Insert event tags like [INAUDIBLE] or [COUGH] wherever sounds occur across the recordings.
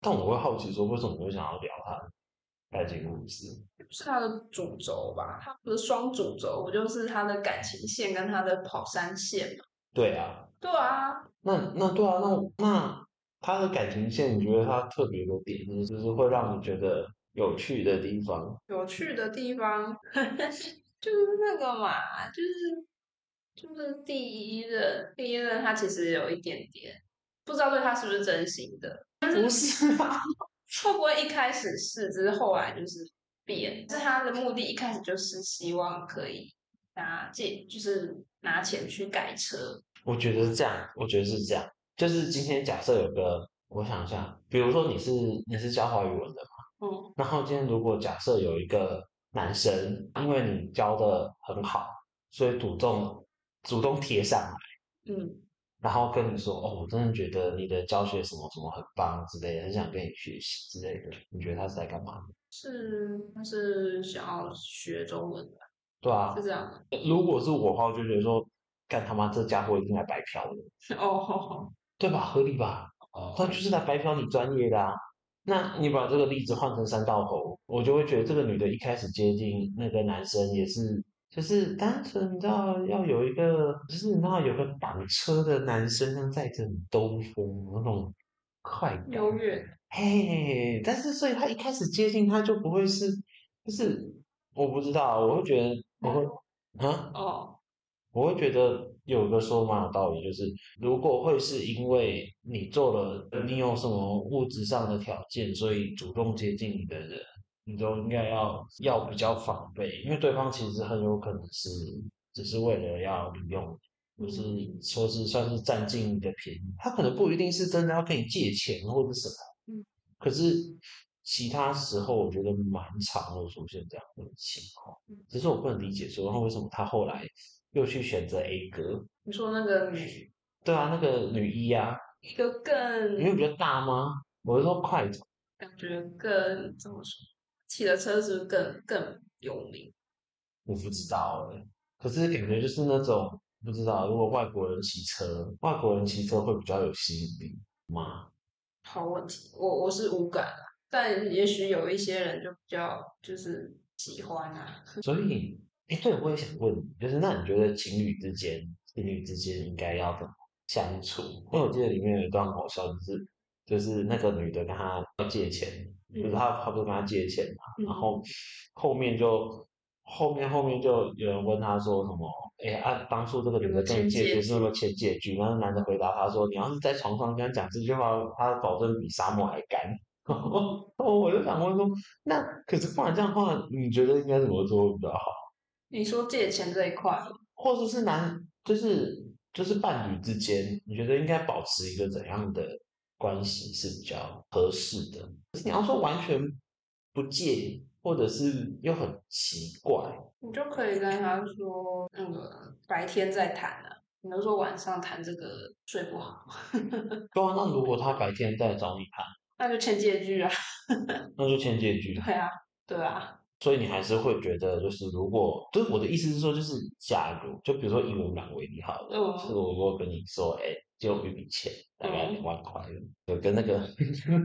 但我会好奇说，为什么你会想要聊他爱情故事？是他的主轴吧？他不是双主轴，不就是他的感情线跟他的跑山线嘛？对啊，对啊，那那对啊，那那他的感情线，你觉得他特别的点，就是会让你觉得有趣的地方？有趣的地方 [LAUGHS] 就是那个嘛，就是就是第一任，第一任他其实有一点点不知道对他是不是真心的，不是啊， [LAUGHS] 会不会一开始是，只是后来就是变？是他的目的一开始就是希望可以拿借，就是拿钱去改车，我觉得是这样，我觉得是这样，就是今天假设有个，我想一下，比如说你是你是教华语文的嘛，嗯，然后今天如果假设有一个男生，因为你教的很好，所以主动主动贴上来，嗯，然后跟你说，哦，我真的觉得你的教学什么什么很棒之类的，很想跟你学习之类的，你觉得他是在干嘛？是他是想要学中文的，对啊，是这样吗？如果是我的话，我就觉得说，干他妈这家伙一定来白嫖的，哦，对吧？哦合理吧？他就是来白嫖你专业的啊。那你把这个例子换成三道猴，我就会觉得这个女的一开始接近那个男生也是，就是单纯你知道要有一个，就是你知道有个挡车的男生像载着你兜风那种快感，优越，嘿，但是所以他一开始接近他就不会是，就是我不知道，我会觉得我会啊。哦，我会觉得有一个说得蛮有道理，就是如果会是因为你做了，你有什么物质上的条件，所以主动接近你的人，你都应该要要比较防备，因为对方其实很有可能是只是为了要利用你，就是说是算是占尽你的便宜，他可能不一定是真的要跟你借钱或者什么，嗯，可是其他时候我觉得蛮常会出现这样的情况嗯，只是我不能理解说为什么他后来。又去选择 A 哥，你说那个女，对啊，那个女一啊，一个因更为比较大吗？我是说快走，感觉更怎么说，骑的车是不是更更有名？我不知道哎、可是感觉就是那种不知道，如果外国人骑车，外国人骑车会比较有吸引力吗？好问题，我我是无感啊，但也许有一些人就比较就是喜欢啊，所以，哎、对，我也想问你，就是那你觉得情侣之间，情侣之间应该要怎么相处？因为我记得里面有一段好笑，就是就是那个女的跟他要借钱，就是嗯，他他不是跟他借钱嘛，然后后面就后面后面就有人问他说什么？哎、啊，当初这个女的跟你借钱是有没有签借据？然后男的回答他说：“你要是在床上跟他讲这句话，他保证比沙漠还干。”哦，我就想问说，那可是不然这样的话，你觉得应该怎么做比较好？你说借钱这一块，或者是男，就是就是伴侣之间，你觉得应该保持一个怎样的关系是比较合适的？可是你要说完全不介，或者是又很奇怪，你就可以跟他说那个白天再谈啊，你就说晚上谈这个睡不好，对啊，那如果他白天再找你谈，那就签借据啊，那就签借据。对啊，对啊，所以你还是会觉得，就是如果，就是我的意思是说，就是假如，就比如说以我们俩为例好了，嗯是我如果跟你说，哎、借我一笔钱，大概嗯两万块，就跟那个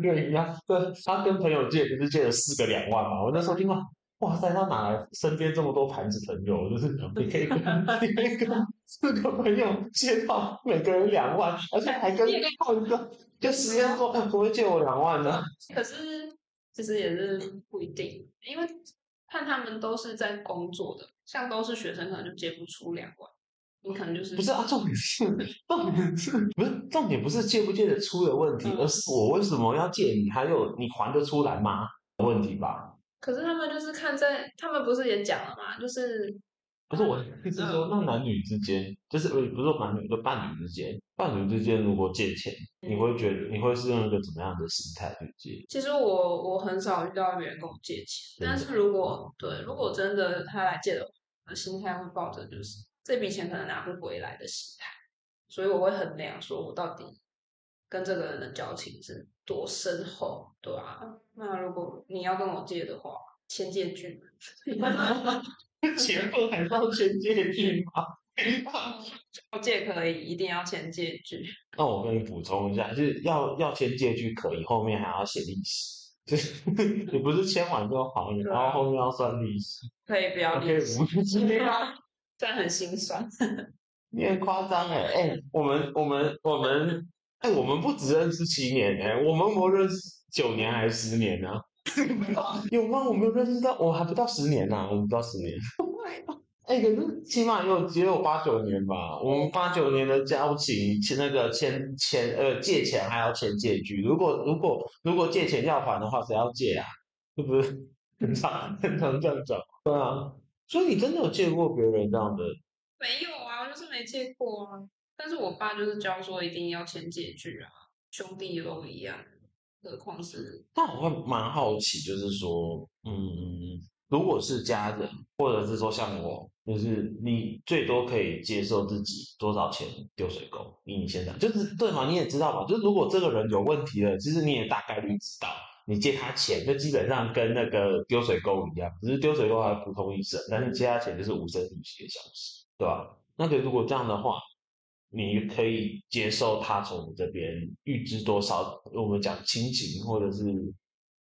那个一样，跟他跟朋友借，不是借了四个两万嘛？我那时候听到，哇塞，他哪来身边这么多盘子朋友？就是你可以跟你可以跟四个朋友借到每个人两万，而且还跟靠一个就实验说，哎、不会借我两万呢？可是其实也是不一定，因为看他们都是在工作的，像都是学生，可能就借不出两万，你可能就是不是啊，重点是重点是不是重点不是借不借得出的问题，嗯而是我为什么要借你？还有你还得出来吗？问题吧。可是他们就是看在，他们不是也讲了嘛，就是不是我的意思是嗯说，那男女之间，就是呃不是说男女，就伴侣之间，伴侣之间如果借钱，嗯你会觉得你会是用一个怎么样的心态去 [LAUGHS] 借？其实我我很少遇到别人跟我借钱，真的但是如果对如果真的他来借的话，我的心态会抱着就是这笔钱可能拿不回来的心态，所以我会衡量说我到底跟这个人的交情是多深厚，对啊？那如果你要跟我借的话，先借据，钱不还是要先借据吗？ [LAUGHS] [LAUGHS] 要借可以，一定要先借据。那我跟你补充一下，就是要要签借据可以，后面还要写历史， [LAUGHS] 就是你不是签完就好，你然后后面要算历史，可以不要还啊可以列无限。 [LAUGHS] 虽然很心酸。你很夸张哎哎，我们我们我们哎、我们不只认识七年哎、我们我认识九年还是十年 [LAUGHS] 呢、有吗？我没有认识到，我还不到十年呐、我们不到十 [LAUGHS] 年。哎、可是起码也有也有八九年吧。我们八九年的交情，签那个签签呃借钱还要签借据。如果如果如果借钱要还的话，谁要借啊？是不是 [LAUGHS] 很常很常这样讲？对啊，所以你真的有借过别人这样的没有啊，我就是没借过啊。但是我爸就是教说一定要签借据啊，兄弟都一样，何况是但我会蛮好奇，就是说，嗯，如果是家人，或者是说像我，就是你最多可以接受自己多少钱丢水沟？以你现在就是对嘛？你也知道嘛，就是如果这个人有问题了，其实你也大概率知道，你借他钱就基本上跟那个丢水沟一样，只是丢水沟还普通一声，但是借他钱就是无声无息的消失，对吧？那对，如果这样的话，你可以接受他从你这边预支多少？我们讲亲情或者是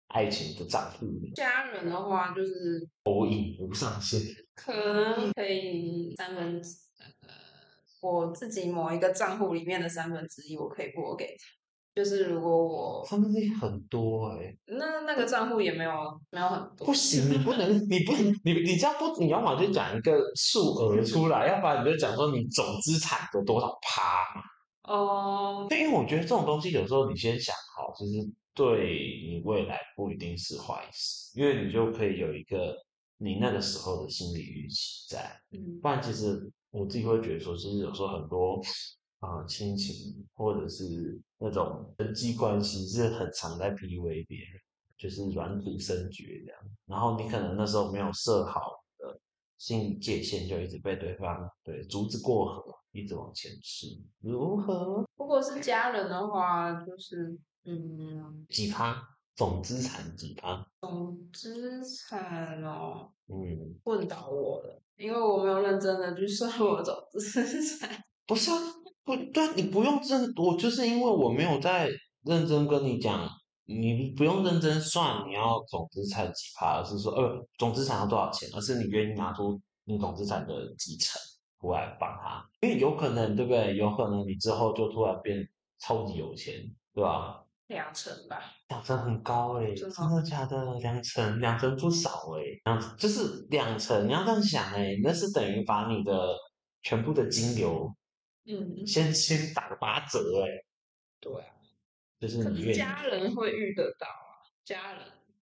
爱情的账户家人的话，就是无上限。可能可以三分之呃，我自己某一个账户里面的三分之一，我可以拨给他。就是如果我三分之一很多哎、那那个账户也没有没有很多不，行，你不能，你不能，你你这样不，你要么就讲一个数额出来，要不然你就讲说你总资产有多少趴嘛。哦、对，因为我觉得这种东西有时候你先想好，就是对你未来不一定是坏事，因为你就可以有一个你那个时候的心理预期在。嗯，不然其实我自己会觉得说，其实有时候很多啊、呃亲情或者是那种人际关系是很常在 PUA 别人，就是软土生绝这样。然后你可能那时候没有设好的心理界限，就一直被对方对竹子过河，一直往前吃，如何如果是家人的话，就是嗯，几趴总资产几趴？资产哦，嗯，问倒我了，因为我没有认真的去算我的 [LAUGHS] 总资产。不是啊，不对，你不用认，我就是因为我没有在认真跟你讲，你不用认真算你要总资产几趴，而是说，呃，总资产要多少钱，而是你愿意拿出你总资产的几成出来帮他，因为有可能，对不对？有可能你之后就突然变超级有钱，对吧？两成吧，两成很高哎、真真的的假的？两成，两成不少哎、两就是两成，你要这样想哎、那是等于把你的全部的金流嗯，先先打个八折哎、对啊，就是可你是愿意，家人会遇得到啊，家人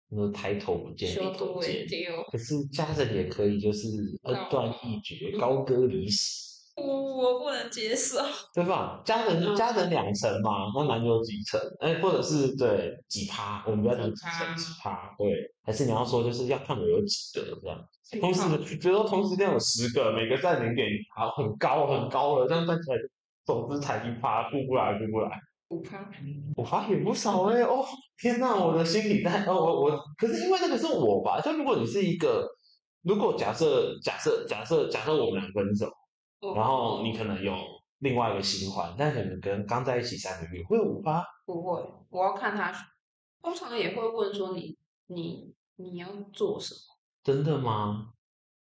那抬头不见修低图头见。为丢，可是家人也可以，就是恩断啊义绝、高歌离席，我我不能 [LAUGHS] 接受。对吧？家嗯人家人两层嘛，那男友几层？哎，或者是对几趴？我们不要讲几层几几趴，对，还是你要说就是要看我有几个这样。同时，比如说同时间有十个，每个占零点一趴，很高很高了，这样算起来总之才一趴，顾不来顾不来。不怕，我发也不少哎、哦，天呐，我的心里在哦，我我，可是因为那个是我吧，就如果你是一个，如果假设假设假设假设我们俩分手，我然后你可能有另外一个新欢，但可能跟刚在一起三个月会有五八，不会，我要看他，通常也会问说你你你要做什么。真的吗？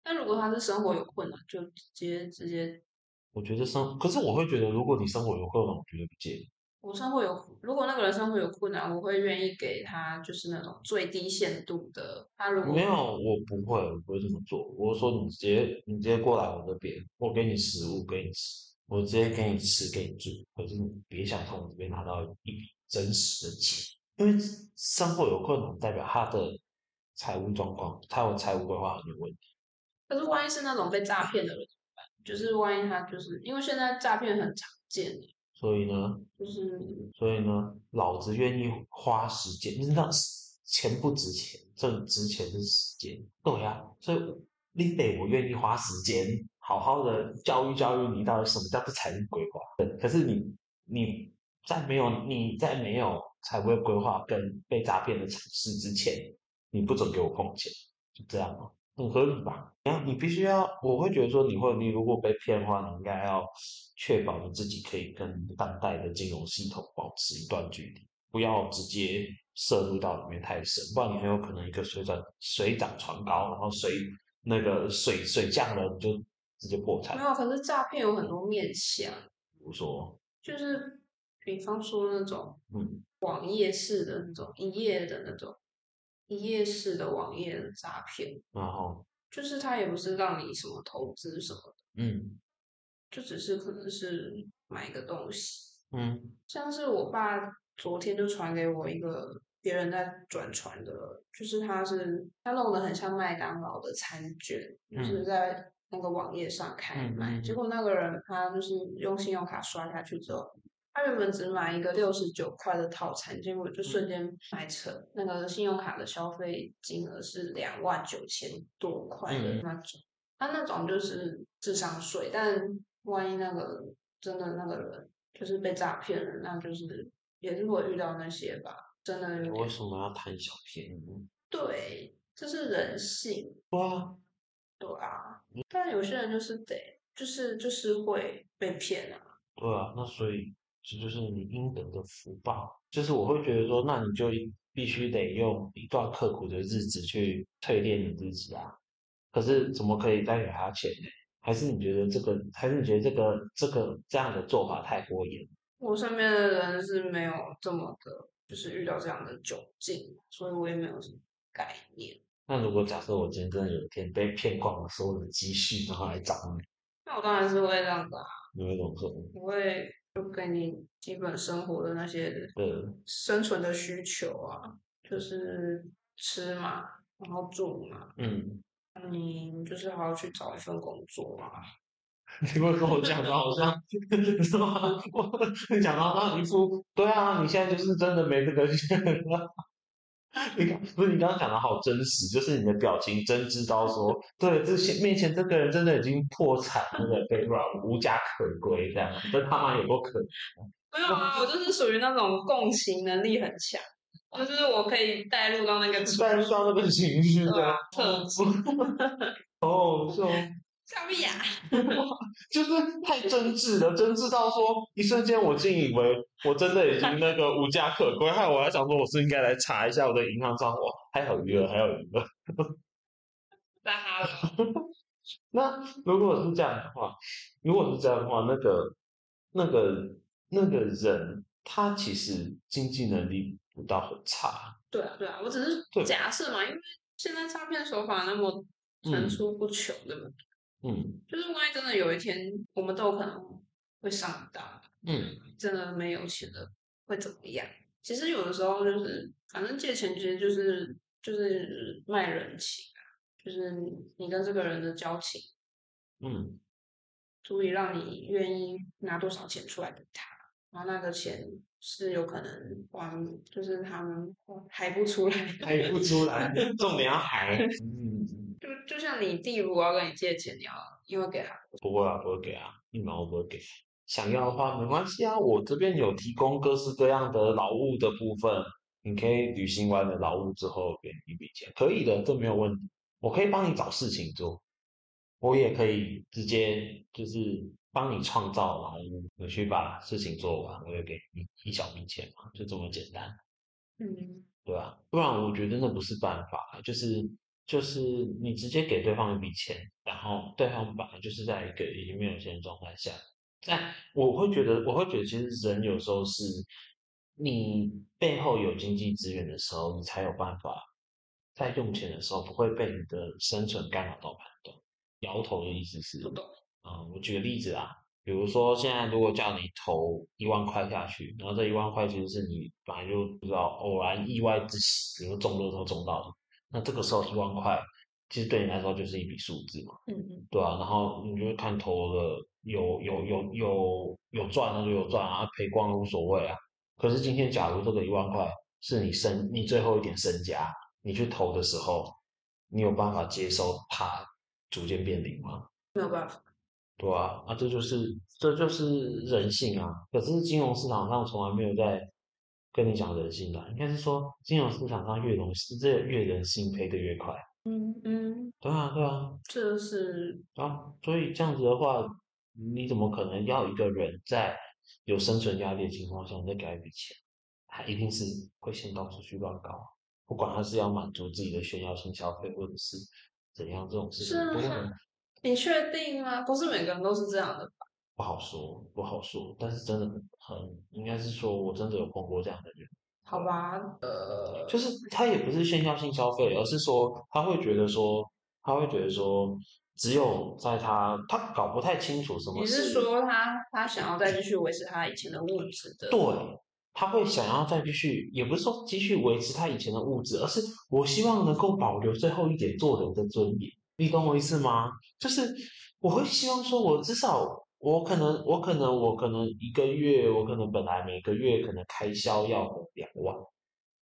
但如果他是生活有困难，就直接直接，我觉得生，可是我会觉得，如果你生活有困难，我绝对不介意。我生活有，如果那个人生活有困难，我会愿意给他就是那种最低限度的。他如果没有，我不会，我不会这么做。我说你直接你直接过来我这边，我给你食物给你吃，我直接给你吃给你住，可是你别想从我这边拿到一笔真实的钱，因为生活有困难，代表他的财务状况，他有财务规划很有问题。可是万一是那种被诈骗的人怎么办？就是万一他就是因为现在诈骗很常见，所以呢，就是所以呢，老子愿意花时间，你知道钱不值钱，最值钱是时间。对呀、所以你得我愿意花时间，好好的教育教育你到底什么叫做财务规划。对可是你你在没有你在没有财务规划跟被诈骗的尝试之前，你不准给我碰钱，就这样吗？很合理吧？然后你必须要，我会觉得说，你会你如果被骗的话，你应该要确保你自己可以跟当代的金融系统保持一段距离，不要直接摄入到里面太深，不然你很有可能一个水涨水涨船高，然后水那个水水降了，你就直接破产没。有，可是诈骗有很多面向，比如说，就是比方说那种嗯，网页式的那种一页的那种一页式的网页的诈骗，然后就是它也不是让你什么投资什么的，嗯就只是可能是买一个东西，嗯像是我爸昨天就传给我一个别人在转传的，就是他是他弄得很像麦当劳的餐券，就是在那个网页上开嗯卖。嗯结嗯果那个人他就是用信用卡刷下去之后，他原本只买一个六十九块的套餐，结果就嗯瞬间买成那个信用卡的消费金额是两万九千多块的嗯那种。他那种就是智商税，但万一那个真的那个人就是被诈骗了，那就是也是会遇到那些吧，真的你有为点什么要贪小便宜？对，这是人性，对啊，对啊。但有些人就是得，就是就是会被骗啊，对啊，那所以这就是你应得的福报。就是我会觉得说，那你就必须得用一段刻苦的日子去淬炼你自己啊。可是怎么可以再给他钱呢？还是你觉得这个，还是你觉得这个这个这样的做法太过严？我身边的人是没有这么的，就是遇到这样的窘境，所以我也没有什么概念。那如果假设我今天真的有一天被骗光了所有的积蓄，然后来找那我当然是会这样的、啊，你，你会怎么说？我会就给你基本生活的那些呃，生存的需求啊，就是吃嘛，然后住嘛，嗯，你就是还要去找一份工作啊嘛。你会跟我讲的好像是吗？ [LAUGHS] 我你讲到那一副，对啊，你现在就是真的没这个钱了。 [LAUGHS] 你刚不是你刚刚讲的好真实，就是你的表情真知道说，对，这些面前这个人真的已经破产了，被软无家可归这样，真他妈有够可怜。没有啊，我就是属于那种共情能力很强，就是我可以带入到那个 [LAUGHS] 带入到那个情绪对的啊特质。哦，就 [LAUGHS] 下面呀，就是太真挚了，真挚到说，一瞬间我竟以为我真的已经那个无家可归，害我还想说我是应该来查一下我的银行账户，还有余额，还有余额。 [LAUGHS] 在哈喽，那如果是这样的话，如果是这样的话，那个那个那个人，他其实经济能力不到很差， [LAUGHS] 对啊对啊，我只是对假设嘛，因为现在诈骗手法那么层嗯出不穷，对吧？嗯就是万一真的有一天我们都有可能会上当，嗯真的没有钱了会怎么样？其实有的时候就是，反正借钱其实就是就是卖人情啊，就是你跟这个人的交情嗯，足以让你愿意拿多少钱出来给他，然后那个钱是有可能还，就是他们还不出来。 [LAUGHS] 还不出来， [LAUGHS] 重点要还，嗯，就就像你弟如果要跟你借钱，你要因为给他，不会啊，不会给啊，一毛不会给。想要的话没关系啊，我这边有提供各式各样的劳务的部分，你可以履行完了劳务之后给你一笔钱，可以的，这没有问题。我可以帮你找事情做，我也可以直接就是帮你创造劳务，你去把事情做完，我也给你一小笔钱嘛，就这么简单。嗯，对吧？不然我觉得那不是办法，啊就是就是你直接给对方一笔钱，然后对方本来就是在一个已经没有钱的状态下，但我会觉得，我会觉得，其实人有时候是你背后有经济资源的时候，你才有办法在用钱的时候不会被你的生存干扰到判断。摇头的意思是，不懂，嗯，我举个例子啊，比如说现在如果叫你投一万块下去，然后这一万块其实是你本来就不知道偶然意外之喜，比如中乐透中到的，那这个时候一万块其实对你来说就是一笔数字嘛，嗯对啊，然后你就看投了有有有有有赚那就有赚啊，赔光了无所谓啊。可是今天假如这个一万块是你身你最后一点身家，你去投的时候，你有办法接收它逐渐变零吗？没有办法，对啊，啊，这就是这就是人性啊。可是金融市场上从来没有在跟你讲人性的啊，应该是说金融市场上越容易，这越人性赔的越快。嗯嗯，对啊，对啊，这就是啊，所以这样子的话，你怎么可能要一个人在有生存压力的情况下，你再给他一笔钱？他一定是会先到处去乱搞，啊不管他是要满足自己的炫耀性消费，或者是怎样这种事情，是啊不会他你确定吗？不是每个人都是这样的吧？不好说，不好说。但是真的很，应该是说我真的有碰过这样的人。呃好吧，就是他也不是炫耀性消费，而是说他会觉得说，他会觉得说，只有在他他搞不太清楚什么你是是，说他他想要再继续维持他以前的物质的？对，他会想要再继续，也不是说继续维持他以前的物质，而是我希望能够保留最后一点做人的尊严，你懂我意思吗？就是我会希望说，我至少。我可能，我可能，我可能一个月，我可能本来每个月可能开销要两万，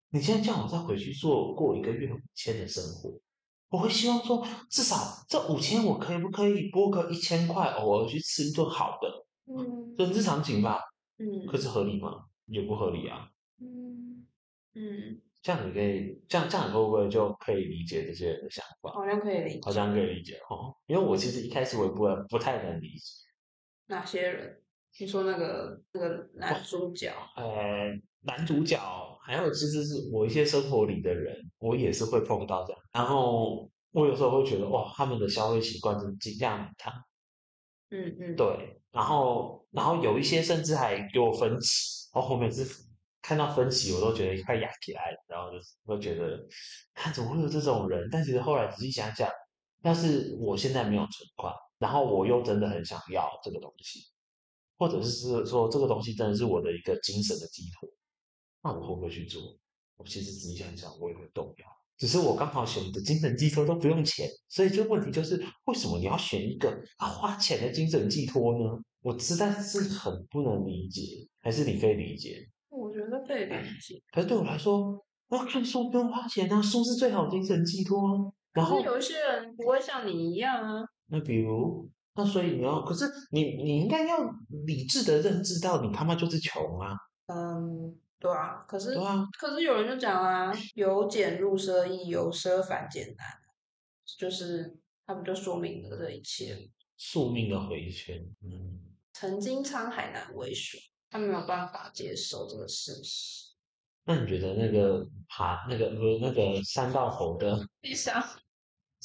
你现在叫我再回去做过一个月五千的生活，我会希望说，至少这五千我可以不可以拨个一千块，偶尔去吃一顿好的，嗯人之常情吧？嗯可是合理吗？也不合理啊。嗯嗯，这样你可以，这样这样你会不会就可以理解这些人的想法？好像可以理好解像可以理解哦，因为我其实一开始我也不不太能理解。哪些人。你说那个那个男主角，呃，男主角，还有其实是我一些生活里的人，我也是会碰到这样。然后我有时候会觉得，哇，他们的消费习惯真惊讶他。嗯嗯，对，然后然后有一些甚至还给我分歧，然后我每次看到分歧，我都觉得快压起来了，然后就是会觉得，看怎么会有这种人？但其实后来仔细想想，要是我现在没有存款，然后我又真的很想要这个东西，或者是说这个东西真的是我的一个精神的寄托，那我会不会去做？我其实仔细想一想，我也会动摇。只是我刚好选的精神寄托都不用钱，所以这问题就是为什么你要选一个要花钱的精神寄托呢？我实在是很不能理解，还是你可以理解？我觉得可以理解。可是对我来说，我要看书不用花钱啊，书是最好的精神寄托啊。然后那有一些人不会像你一样啊，那比如，那所以你要，可是你你应该要理智的认知到你他妈就是穷啊，嗯，对啊。可是对啊，可是有人就讲啊，由俭入奢易，由奢反俭难，啊就是他们就说明了这一切。宿命的回圈，嗯。曾经沧海难为水，他们没有办法接受这个事实。那你觉得那个爬那个不是那个三道猴的你想，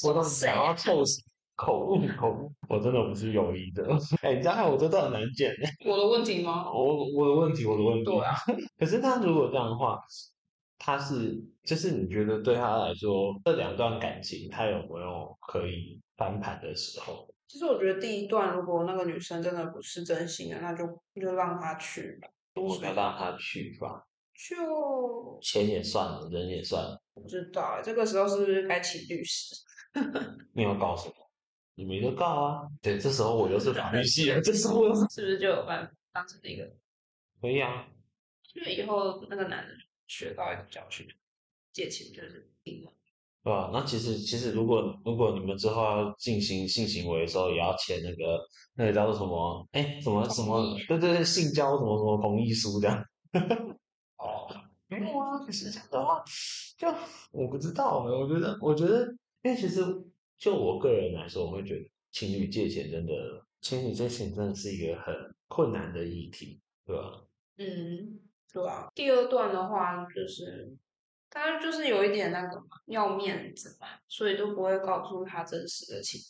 我都谁想要臭死，口误口误，我真的不是有意的。 [LAUGHS] 哎、你这样害我真的很难剪。我的问题吗？我我的问题，我的问题。对啊， [LAUGHS] 可是他如果这样的话，他是就是你觉得对他来说，这两段感情他有没有可以翻盘的时候？其实我觉得第一段，如果那个女生真的不是真心的，那就那就让她去吧。我们让他去吧，就钱也算了，人也算了，不知道欸这个时候是不是该请律师？没有告诉我，你没得告啊。对，这时候我又是法律系人，这时候我又是是不是就有办法当成一个？可以啊。因为以后那个男的学到一个教训，借钱就是赢了。对吧？那其实其实，如果如果你们之后要进行性行为的时候，也要签那个那个叫做什么？哎，什么什么同意？对对对，性交什么什么同意书这样。哦，没有啊，可是这样的话，就我不知道欸我觉得我觉得，因为其实就我个人来说，我会觉得情侣借钱真的，情侣借钱真的是一个很困难的议题，对吧？嗯，对啊。第二段的话就是，他就是有一点那个嘛，要面子嘛，所以就不会告诉他真实的情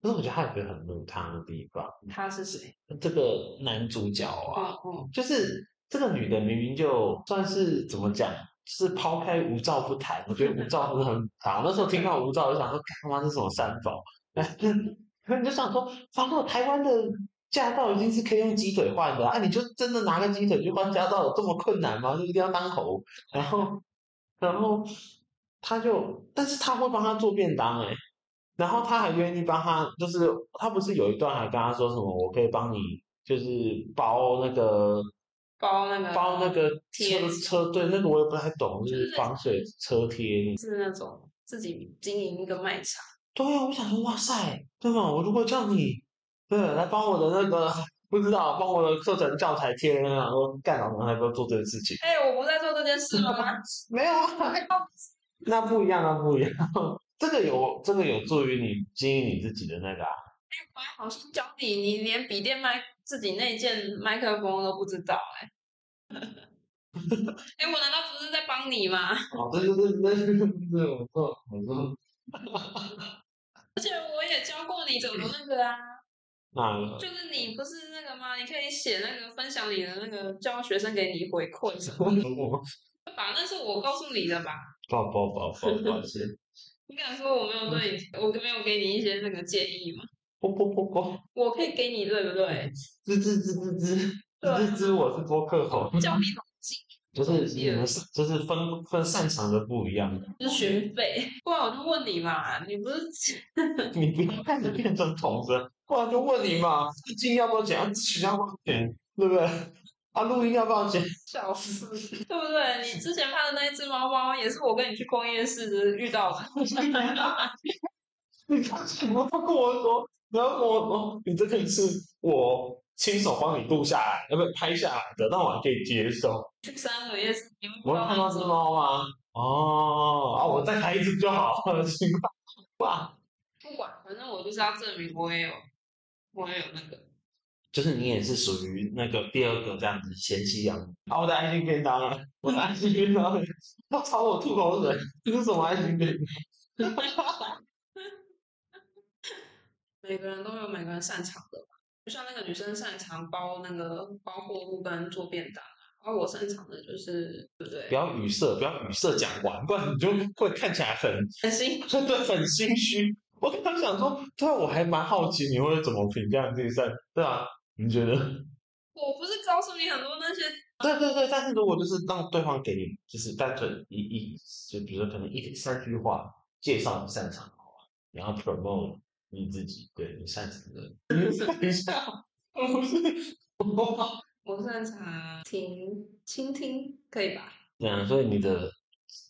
但是我觉得还有一个很母汤的地方，况，他是谁。这个男主角啊。嗯嗯，就是这个女的明明就算是怎么讲，就是抛开无照不谈，我觉得无照不是很好。我那时候听到无照，我就想说，干他妈这是什么三宝？ [LAUGHS] 你就想说，反正台湾的驾照已经是可以用鸡腿换的啊，你就真的拿个鸡腿去换驾照，有这么困难吗？就一定要当猴？然后，然后他就，但是他会帮他做便当哎、然后他还愿意帮他，就是他不是有一段还跟他说什么，我可以帮你就是包那个包那个包那个贴车车，对那个我也不太懂，就就是是防水车贴。是那种自己经营一个卖场， [LAUGHS] 对啊，我想说，哇塞，对吗？我如果叫你，对，来帮我的那个，不知道帮我的课程教材贴，那样，我干老娘还不要做这件事情？哎、我不在做这件事吗？没有啊，那不一样啊，不一样。这个有这个有助于你经营你自己的那个、啊，我还好心教你，你连笔电麦自己那件麦克风都不知道哎、 [LAUGHS] 哎、我难道不是在帮你吗？哦，对对对对对对，我错我错，而且我也教过你怎么那个啊，那个就是你不是那个吗？你可以写那个分享你的那个教学生给你回馈什么我的吧？那是我告诉你的吧？抱抱抱抱抱歉，你敢说我没有对你，我没有给你一些那个建议吗？啵啵啵啵，我可以给你，对不对？吱吱吱吱吱，吱吱，我是播客吼，教你怎么进就是你们是就是分分擅长的不一样，就是学费，不然我就问你嘛，你不是你不要看着变成同声，不然就问你嘛，资金要不要讲，取要不要钱，对不对？啊，录音要不要钱？笑死，对不对？你之前拍的那一只猫猫也是我跟你去逛夜市遇到的， [LAUGHS] 你干什么？他跟我说，你要跟我说，你这个是我亲手帮你录下来，呃要不要拍下来的？那我还可以接受。去三河夜市，你们我有看到只猫吗？哦，啊，我再拍一只就好了，奇怪。哇，不管，反正我就是要证明我也有，我也有那个。 [LAUGHS] 就是你也是属于那个第二个这样子贤妻良母啊！我的爱心便当啊，我的爱心便当，要朝我吐口水，这是什么爱心便当？每个人都有每个人擅长的嘛，就像那个女生擅长包那个包货物跟做便当啊，而我擅长的就是对不对不？要语塞，不要语塞讲完，不然你就会看起来很开心，真的很心虚。我刚刚想说，对啊，我还蛮好奇你会怎么评价你自己赛，对啊，你觉得？ [LAUGHS] 我不是告诉你很多那些对对对，但是如果就是让对方给你，就是单纯一一，就比如说可能一三句话介绍你擅长的话，然后 promote 你自己对你擅长的。等一下，我不是， [LAUGHS] 我擅长听倾听，可以吧？对啊，所以你的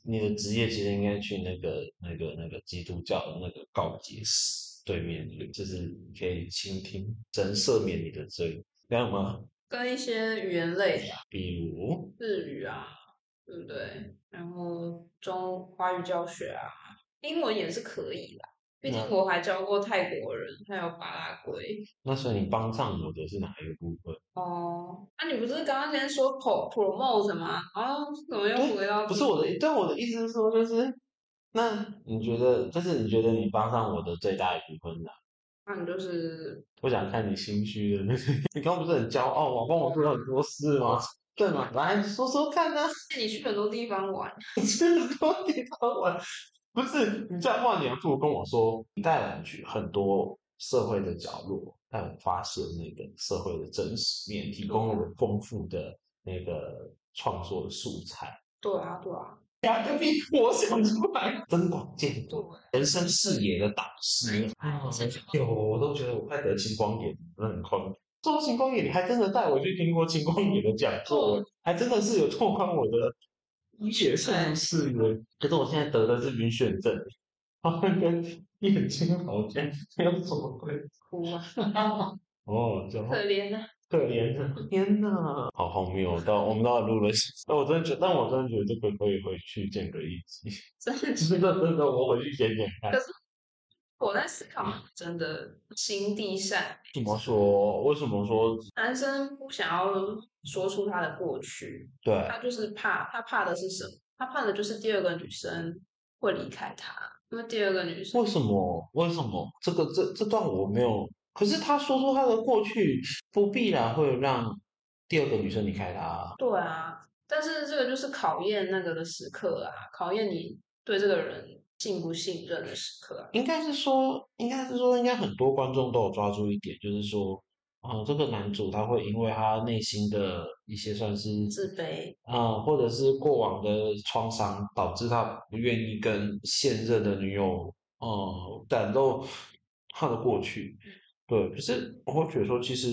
你的职业其实应该去那个那个那个基督教的那个告解室对面，就是你可以倾听神赦免你的罪，这样吗？跟一些语言类的啊，比如。日语啊，对不对？然后中华语教学啊，英文也是可以啦。毕竟那我还教过泰国人，还有巴拉圭。那所以你帮上我的是哪一个部分？哦，那、你不是刚刚先说 pro promote 吗？然后怎么又回到不是我的，对我的意思是说，就是那你觉得，就是你觉得你帮上我的最大一部分呢、那你就是我想看你心虚的那个，你刚刚不是 [LAUGHS] 很骄傲吗？帮我做了很多事吗？ [LAUGHS] 对吗？来说说看呢、啊，你去很多地方玩，很多地方玩，不是你这样话，你还不如跟我说，你带我们去很多社会的角落，带我们发现那个社会的真实面，提供我们丰富的那个创作的素材。对啊，对啊，比我想出来，增广见对闻，人生视野的导师哎啊真是！有，我都觉得我快得青光眼，真的很困。做青光眼，你还真的带我去听过青光眼的讲座，还真的是有拓宽我的医学上的视野。可是我现在得的是晕眩症，好像跟眼睛好像没有什么关系。哭啊，哦，就可怜啊，可怜啊！天哪，好荒谬！哦到我们到底录了，那我真的觉得，但我真的觉得这个可以回去剪个一集。 [LAUGHS] 真的真的真的，我回去剪剪看。我在思考，嗯真的心地善，怎么说？为什么说男生不想要说出他的过去，对？他就是怕，他怕的是什么？他怕的就是第二个女生会离开他，因为第二个女生为什么？为什么？这个这这段我没有。可是他说出他的过去，不必然会让第二个女生离开他。对啊，但是这个就是考验那个的时刻啊，考验你对这个人信不信任的时刻啊。应该是说，应该是说，应该很多观众都有抓住一点，就是说，哦、这个男主他会因为他内心的一些算是自卑，啊、或者是过往的创伤导致他不愿意跟现任的女友，呃，展露他的过去。对，可是我会觉得说，其实，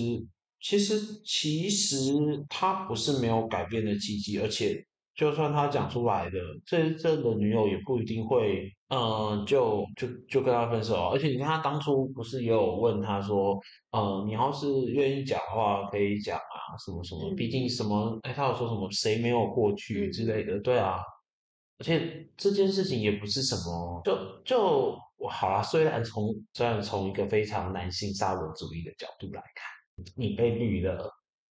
其实，其实他不是没有改变的契机，而且就算他讲出来的，这任的女友也不一定会，呃，就就就跟他分手啊。而且你看，他当初不是也有问他说，呃，你要是愿意讲的话，可以讲啊，什么什么，嗯毕竟什么，哎，他有说什么谁没有过去之类的，对啊，而且这件事情也不是什么，就就我好啊。虽然从虽然从一个非常男性沙文主义的角度来看，你被绿了，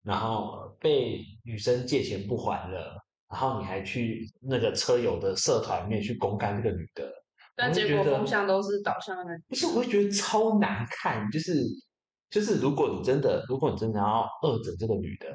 然后被女生借钱不还了，然后你还去那个车友的社团里面去公干这个女的，但我会结觉果得风向都是导向那个，不是，我会觉得超难看。就是就是，如果你真的，如果你真的要恶整这个女的，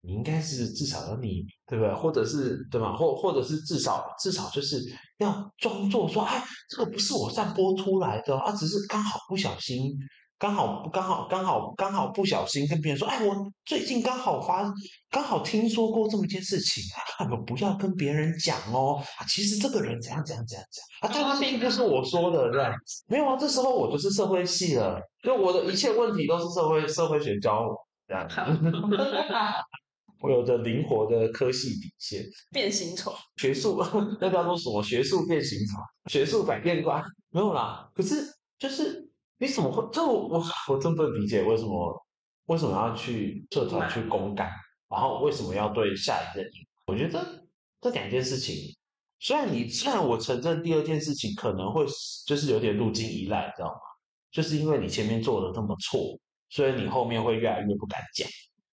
你应该是至少要你对不对？或者是对吧？或或者是至少至少就是要装作说，哎，这个不是我散播出来的哦，啊，只是刚好不小心。刚好刚好刚好刚好不小心跟别人说，哎，我最近刚好发刚好听说过这么一件事情，啊，你们不要跟别人讲哦。啊，其实这个人怎样怎样怎样怎样啊，他并不是我说的，对。没有啊，这时候我就是社会系了，就我的一切问题都是社会社会学教我这样。 [LAUGHS] 我有着灵活的科系底线，变形虫。学术 [LAUGHS] 那叫做什么？学术变形法，学术百变观没有啦。可是就是你怎么会？这我我我真不理解为什么为什么要去社团去公干，然后为什么要对下一任赢？我觉得这两件事情，虽然你虽然我承认第二件事情可能会是就是有点路径依赖，知道吗？就是因为你前面做的那么错，所以你后面会越来越不敢讲。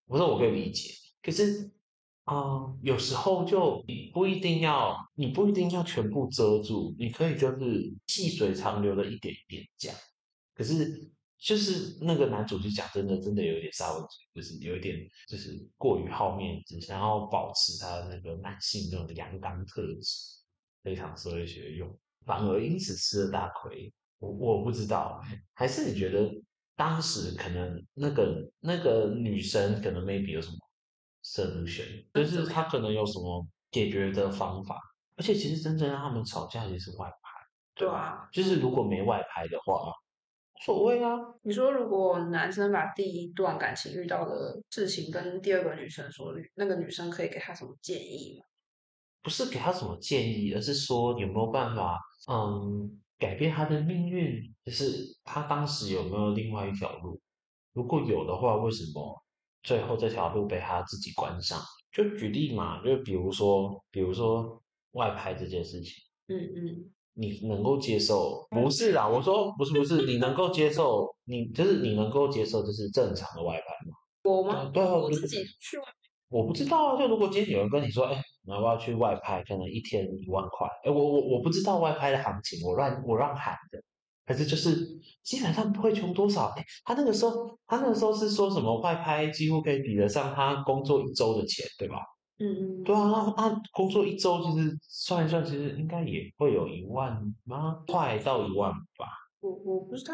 不是我可以理解，可是啊、有时候就你不一定要，你不一定要全部遮住，你可以就是细水长流的一点一点讲。可是就是那个男主就讲真的，真的有点沙文主义，就是有一点就是过于好面子，想要保持他的那个男性那种阳刚特质，非常社会学用，反而因此吃了大亏。我我不知道，还是你觉得当时可能那个那个女生可能 maybe 有什么 solution，就是啊她可能有什么解决的方法，而且其实真正让他们吵架也是外拍，对吧？啊，就是如果没外拍的话，无所谓啊，你说如果男生把第一段感情遇到的事情跟第二个女生说，那个女生可以给他什么建议吗？不是给他什么建议，而是说有没有办法，嗯，改变他的命运，就是他当时有没有另外一条路？如果有的话，为什么最后这条路被他自己关上？就举例嘛，就比如说，比如说外拍这件事情。嗯嗯，你能够接受？不是啦，我说不是不是，你能够接受，你就是你能够接受，就是正常的外拍吗？我吗？对啊，哦我如自己去外我不知道啊，就如果今天有人跟你说，哎、你要不要去外拍？可能一天一万块，哎、我我我不知道外拍的行情，我乱我乱喊的。可是就是基本上不会穷多少，哎、他那个时候他那个时候是说什么外拍几乎可以抵得上他工作一周的钱，对吧？嗯嗯，对啊，那那工作一周其实算一算，其实应该也会有一万吗？快到一万吧。我我不是太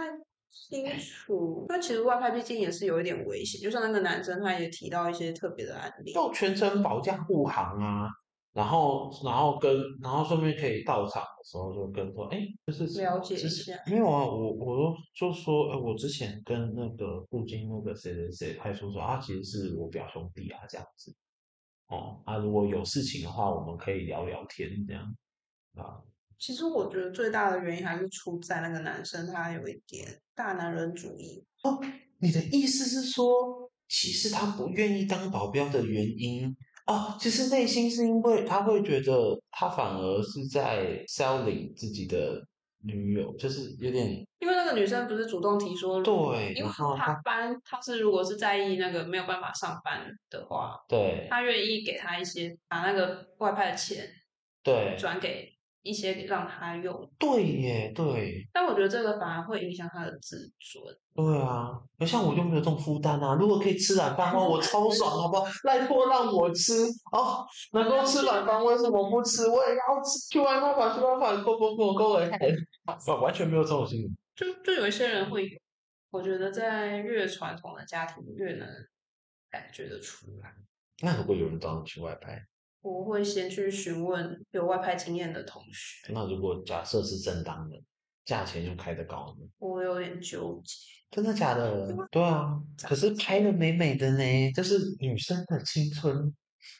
清楚，哎但其实外派毕竟也是有一点危险，就像那个男生他也提到一些特别的案例，就全程保驾护航啊，然后然后跟然后顺便可以到场的时候就跟说，哎，就是了解就一是下没有啊，我我就说，哎，我之前跟那个附近那个谁谁谁派出所，啊他其实是我表兄弟啊，这样子。哦，啊，如果有事情的话，我们可以聊聊天这样啊。其实我觉得最大的原因还是出在那个男生他有一点大男人主义，你的意思是说，其实他不愿意当保镖的原因哦，其实内心是因为他会觉得他反而是在 selling 自己的女友，就是有点因为那个女生不是主动提说，对，嗯因然为后他他班他是如果是在意那个没有办法上班的话，对他愿意给他一些把那个外派的钱对转给一些让他用，对耶，对但我觉得这个反而会影响他的自尊。对啊，那像我就没有这种负担啊。如果可以吃软饭的话，我超爽，好不好？赖托让我吃哦，能够吃软饭为什么不吃？我也要吃，去外卖吧，去外卖吧，够够够够了， [LAUGHS] 完完全没有这种心理。就就有一些人会有，我觉得在越传统的家庭越能感觉得出来。那如果有人找你去外拍，我会先去询问有外派经验的同学，那如果假设是正当的，价钱就开得高呢？我有点纠结。真的假的？对啊，可是拍的美美的呢，就是女生的青春。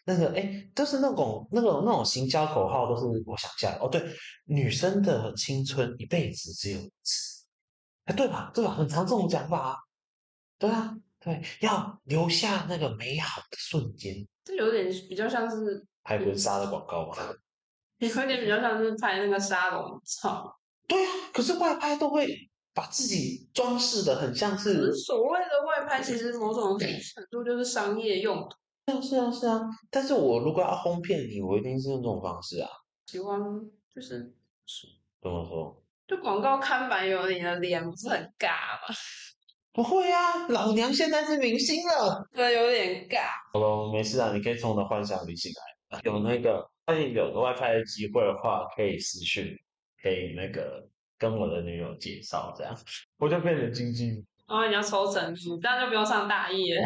那个哎，就是那种那种那种行销口号，都是我想一下哦，对，女生的青春一辈子只有一次，哎，对吧？对吧？很常这种讲法啊，对啊，对，要留下那个美好的瞬间，这有点比较像是拍婚纱的广告嘛，你有点比较像是拍那个沙龙照，啊可是外拍都会把自己装饰的很像就是是，所谓的外拍，其实某种程度就是商业用途，是啊是啊是啊。但是我如果要哄骗你，我一定是用这种方式啊。喜欢就是怎么说？就广告看板有你的脸，不是很尬吗？不会啊，老娘现在是明星了。对，有点尬。好了，没事啊，你可以从我的幻想里醒来。有那个，万一有个外拍的机会的话，可以私讯，可以那个跟我的女友介绍，这样我就变成经纪然哦后你要抽成绩，这样就不用上大一了。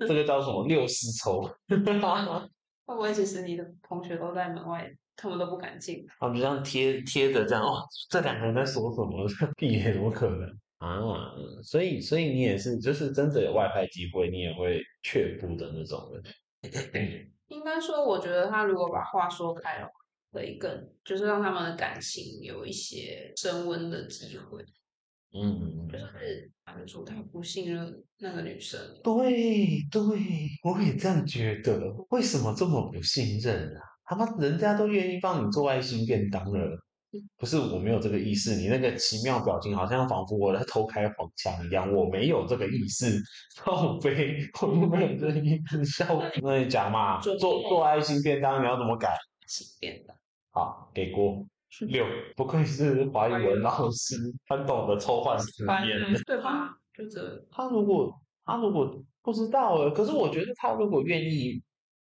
这个叫什么六丝绸？会不会其实你的同学都在门外，他们都不敢进？ [LAUGHS] 他们就这样贴贴着这样，哦，这两个人在说什 [LAUGHS] 么？屁耶，怎么可能啊？所以，所以你也是，就是真的有外派机会，你也会却步的那种人。应该说，我觉得他如果把话说开了，会更就是让他们的感情有一些升温的机会。嗯，就是男主他不信任那个女生，对对，我也这样觉得。为什么这么不信任啊？他妈，人家都愿意帮你做爱心便当了。不是我没有这个意思，你那个奇妙表情好像仿佛我在偷开黄腔一样，我没有这个意思， [LAUGHS] 靠背，我没有这个意思， [LAUGHS] 笑死。那你讲嘛，做准备做爱心便当你要怎么改？是变的。好，给过六，不愧是华语华语文老师，很懂得抽换词反典。正对吧？就这，他如果他如果不知道了，可是我觉得他如果愿意，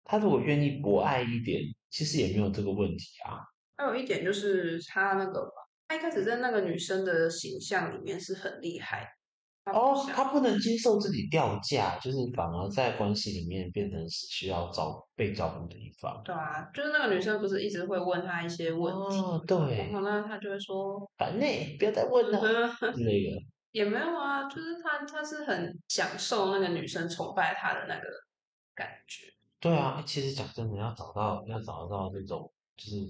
他如果愿意博爱一点，其实也没有这个问题啊。还有一点就是他那个吧，他一开始在那个女生的形象里面是很厉害的。他不哦，像他不能接受自己掉价，就是反而在关系里面变成是需要照被照顾的一方。对啊，就是那个女生不是一直会问他一些问题，哦，对然，后呢，他就会说，烦呢、不要再问 [LAUGHS] 了嗯，之类的。也没有啊，就是他他是很享受那个女生崇拜他的那个感觉，对啊，其实讲真的，要找到要找到那种就是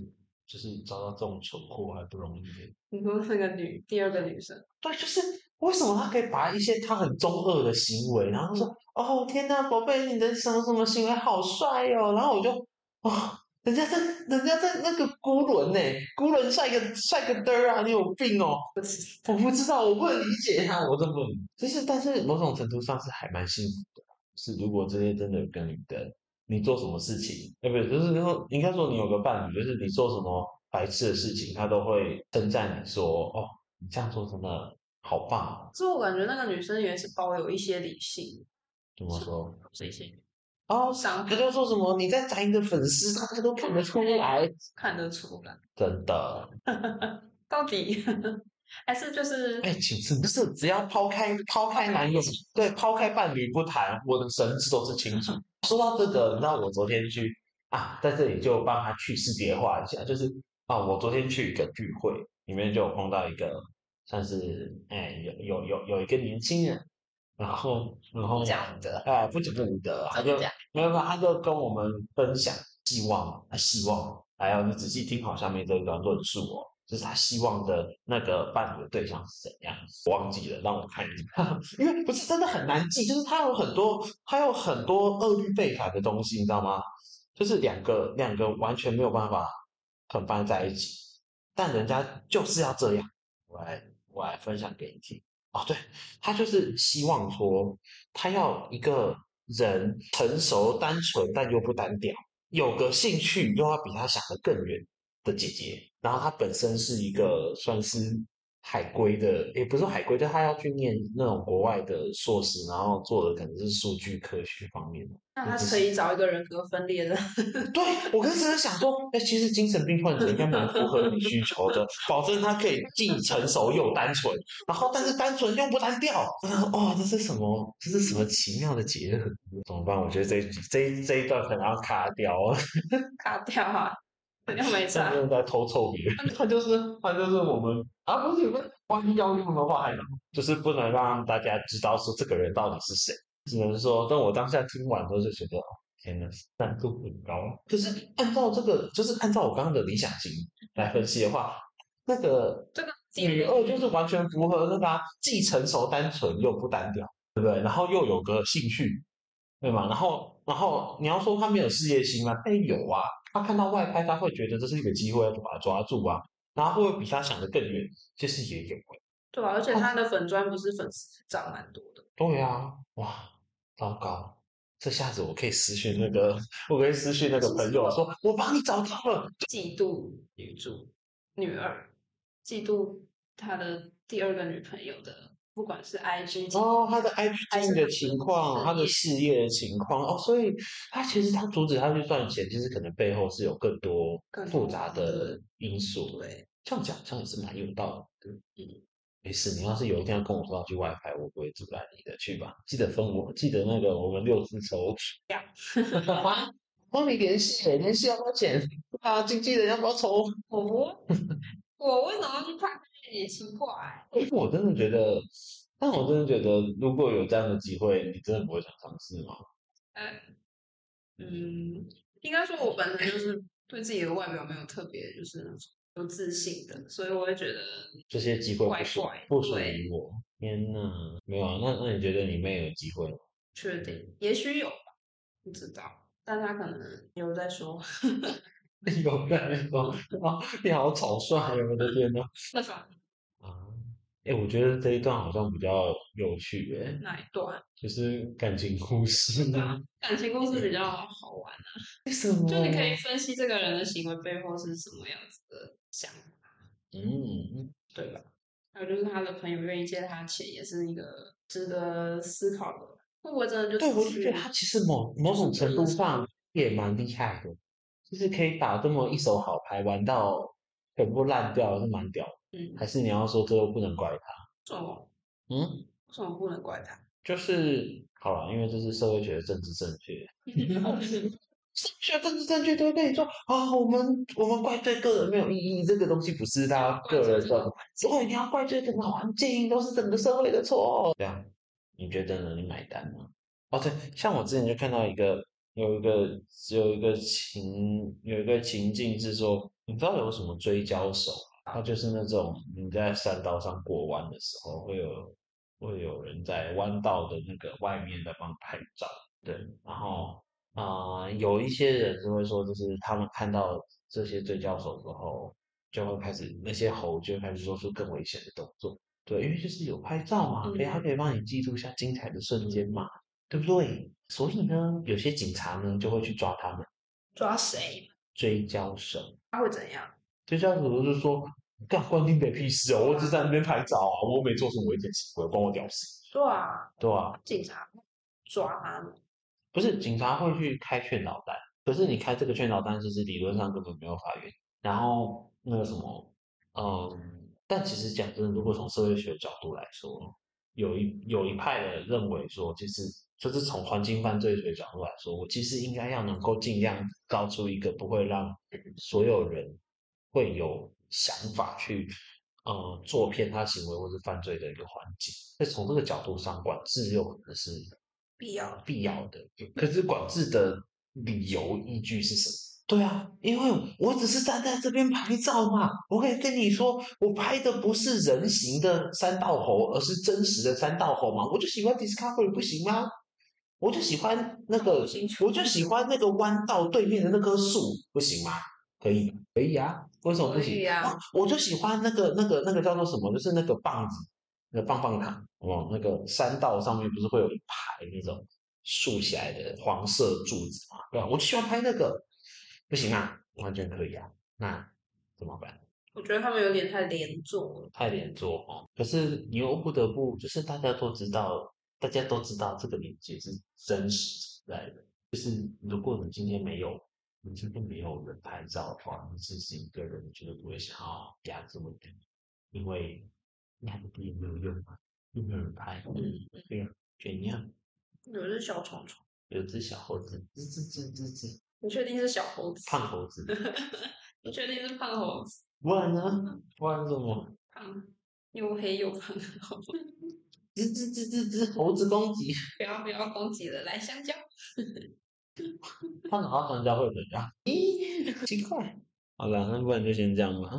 就是找到这种蠢货还不容易。你说那个女第二个女生，对，就是为什么他可以把一些他很中二的行为，然后说：“哦，天呐，宝贝，你的什么什么行为好帅哦。”然后我就，哦，人家在人家在那个孤轮呢，孤轮帅个帅个嘚儿啊，你有病哦！不是我不知道，我不能理解他，我真不能。其实，但是某种程度上是还蛮幸福的，是如果这些真的有跟你的，你做什么事情，哎，不是，就是说，应该说你有个伴侣，就是你做什么白痴的事情，他都会称赞你说，哦，你这样做真的好棒哦，可是我感觉那个女生也是保有一些理性，怎么说？是一些哦，伤他害就说什么你在宰你的粉丝，大家都看得出来，看得出来，真的，到底 [LAUGHS] 还是就是爱情是哎不是只要抛开抛开男友，对，抛开伴侣不谈，我的神志都是清 [LAUGHS] 楚。说到这个，你知道我昨天去啊，在这里就帮他去世界化一下，就是啊，我昨天去一个聚会，里面就有碰到一个算是哎、有有有有一个年轻人，然后然后讲武德哎不讲武德，他怎就么讲？没有没有，他就跟我们分享希望，他希望，还有你仔细听好下面这一段论述哦，就是他希望的那个伴侣的对象是怎样，我忘记了，让我看一下， [LAUGHS] 因为不是真的很难记，就是他有很多，他有很多恶律背反的东西，你知道吗？就是两个两个完全没有办法很放在一起，但人家就是要这样，我来我来分享给你听。哦，对，他就是希望说，他要一个人成熟、单纯，但又不单调，有个兴趣又要比他想的更远的姐姐。然后她本身是一个算是海归的，也不是海归，就她要去念那种国外的硕士，然后做的可能是数据科学方面的。那他可以找一个人格分裂的，对我刚才想说，哎、其实精神病患者应该蛮符合你需求的，保证他可以既成熟又单纯，然后但是单纯又不单调。我想说哦，这是什么？这是什么奇妙的结合？怎么办？我觉得这一集这一这一段可能要卡掉啊。卡掉啊，又没现在差就。是在偷臭别人。他就是他就是我们啊，不是不是，万一要用的话，还能就是不能让大家知道说这个人到底是谁，只能说，但我当下听完之后就觉得，哦天呐，难度很高。就是按照这个，就是按照我刚刚的理想型来分析的话，那个这个女二哦就是完全符合那个、啊、既成熟单纯又不单调，对不对？然后又有个兴趣，对吗？然后然后你要说她没有事业心吗？哎，有啊，他看到外拍，他会觉得这是一个机会，要去把它抓住啊。然后会不会比他想的更远？其实也有欸、对啊吧、而且他的粉砖不是粉丝涨蛮多的，对啊，哇，糟糕！这下子我可以私讯那个，我可以私讯那个朋友啊，说我帮你找到了。嫉妒女主女二，嫉妒他的第二个女朋友的，不管是 IG 哦，他的 IG 还经是营的他情的况，事他的业事业的情况哦，所以他其实他阻止他去赚钱，其实可能背后是有更多更复多杂的的因素。对，这样讲好像也是蛮有道理的。嗯，没事，你要是有一天要跟我说要去外拍，我不会阻拦你的，去吧。记得分我，记得那个我们六字仇。啊，帮你联系，联系要不要钱？啊，经纪人要不要抽？[LAUGHS] 我不我为什么去看也奇怪？因为哎我真的觉得，但我真的觉得，如果有这样的机会，你真的不会想尝试吗？嗯，应该说我本身就是对自己的外表没有特别就是那种有自信的，所以我会觉得这些机会不怪属怪不属对于我。天呐，没有啊？那那你觉得你妹有机会吗？ [LAUGHS] 确定，也许有吧，不知道，但他可能有在说， [LAUGHS] 有人说啊，你好草率哦！我的 [LAUGHS] 天呐。那啥啊，哎、我觉得这一段好像比较有趣、欸，哪一段就是感情故事啊。感情故事比较好玩。啊为什么？就你可以分析这个人的行为背后是什么样子的想法，嗯，对吧？还有就是他的朋友愿意借他钱，也是一个值得思考的。会不会真的就对，我是就觉得他其实某某种程度上也蛮厉害的，就是可以把这么一手好牌玩到全部烂掉，是蛮屌的。嗯，还是你要说这又不能怪他？这种嗯，为什么不能怪他？就是好了，因为这是社会学的政治正确。嗯嗯哦社会 [LAUGHS] 学政治正确都会跟你说啊，我们我们怪罪个人没有意义，这个东西不是他个人的如果你要怪罪整个环境，都是整个社会的错。这样，你觉得呢？你买单吗？哦，对，像我之前就看到一个，有一个有一个情有一个情境是说，你知道有什么追焦手吗？它就是那种你在山道上过弯的时候，会有会有人在弯道的那个外面在帮你拍照，对，然后啊、呃有一些人就会说，就是他们看到这些追焦手之后，就会开始那些猴就会开始做出更危险的动作。对，因为就是有拍照嘛，可以它可以帮你记录一下精彩的瞬间嘛，对不对？所以呢，有些警察呢就会去抓他们抓谁？追焦手。他会怎样？追焦手就说：“干关你得屁事哦，我只是在那边拍照啊，我没做什么危险行为，关我屌事，对啊，对吧、警察抓他们。不是警察会去开劝导单，可是你开这个劝导单，就是理论上根本没有法源。然后那个什么，嗯，但其实讲真的，如果从社会学角度来说，有一有一派的人认为说，其实就是从环境犯罪学角度来说，我其实应该要能够尽量搞出一个不会让所有人会有想法去。呃，做骗他行为或是犯罪的一个环境，所以从这个角度上，管制有可能是必要呃必要的。可是管制的理由依据是什么？对啊，因为我只是站在这边拍照嘛，我可以跟你说，我拍的不是人形的三道猴，而是真实的三道猴嘛。我就喜欢 Discovery 不行吗？我就喜欢那个不清，楚我就喜欢那个弯道对面的那棵树，不行吗？可以吗，可以啊，为什么不可行？以啊我就喜欢那个那个那个叫做什么，就是那个棒子，那个棒棒糖，哦，那个山道上面不是会有一排那种竖起来的黄色柱子嘛？对吧？我就喜欢拍那个，不行啊，完全可以啊。那怎么办？我觉得他们有点太连坐了。太连坐哦。可是你又不得不，就是大家都知道，大家都知道这个连接是真实存在的。就是如果你今天没有，你今天没有人拍照的话，你自己一个人，你绝对不会想要压这么低，因为压得低也没有用嘛，又没有人拍，嗯，对呀，怎样？有只小虫虫，有只小猴子，吱吱吱吱吱，你确定是小猴子？胖猴子， [LAUGHS] 你确定是胖猴子？不然呢？不然怎么？胖又黑又胖 [LAUGHS] 的猴子。吱吱吱吱吱，猴子攻击，不要不要攻击了，来香蕉。他拿到香蕉会怎样？咦，奇怪。好了，那不然就先这样吧。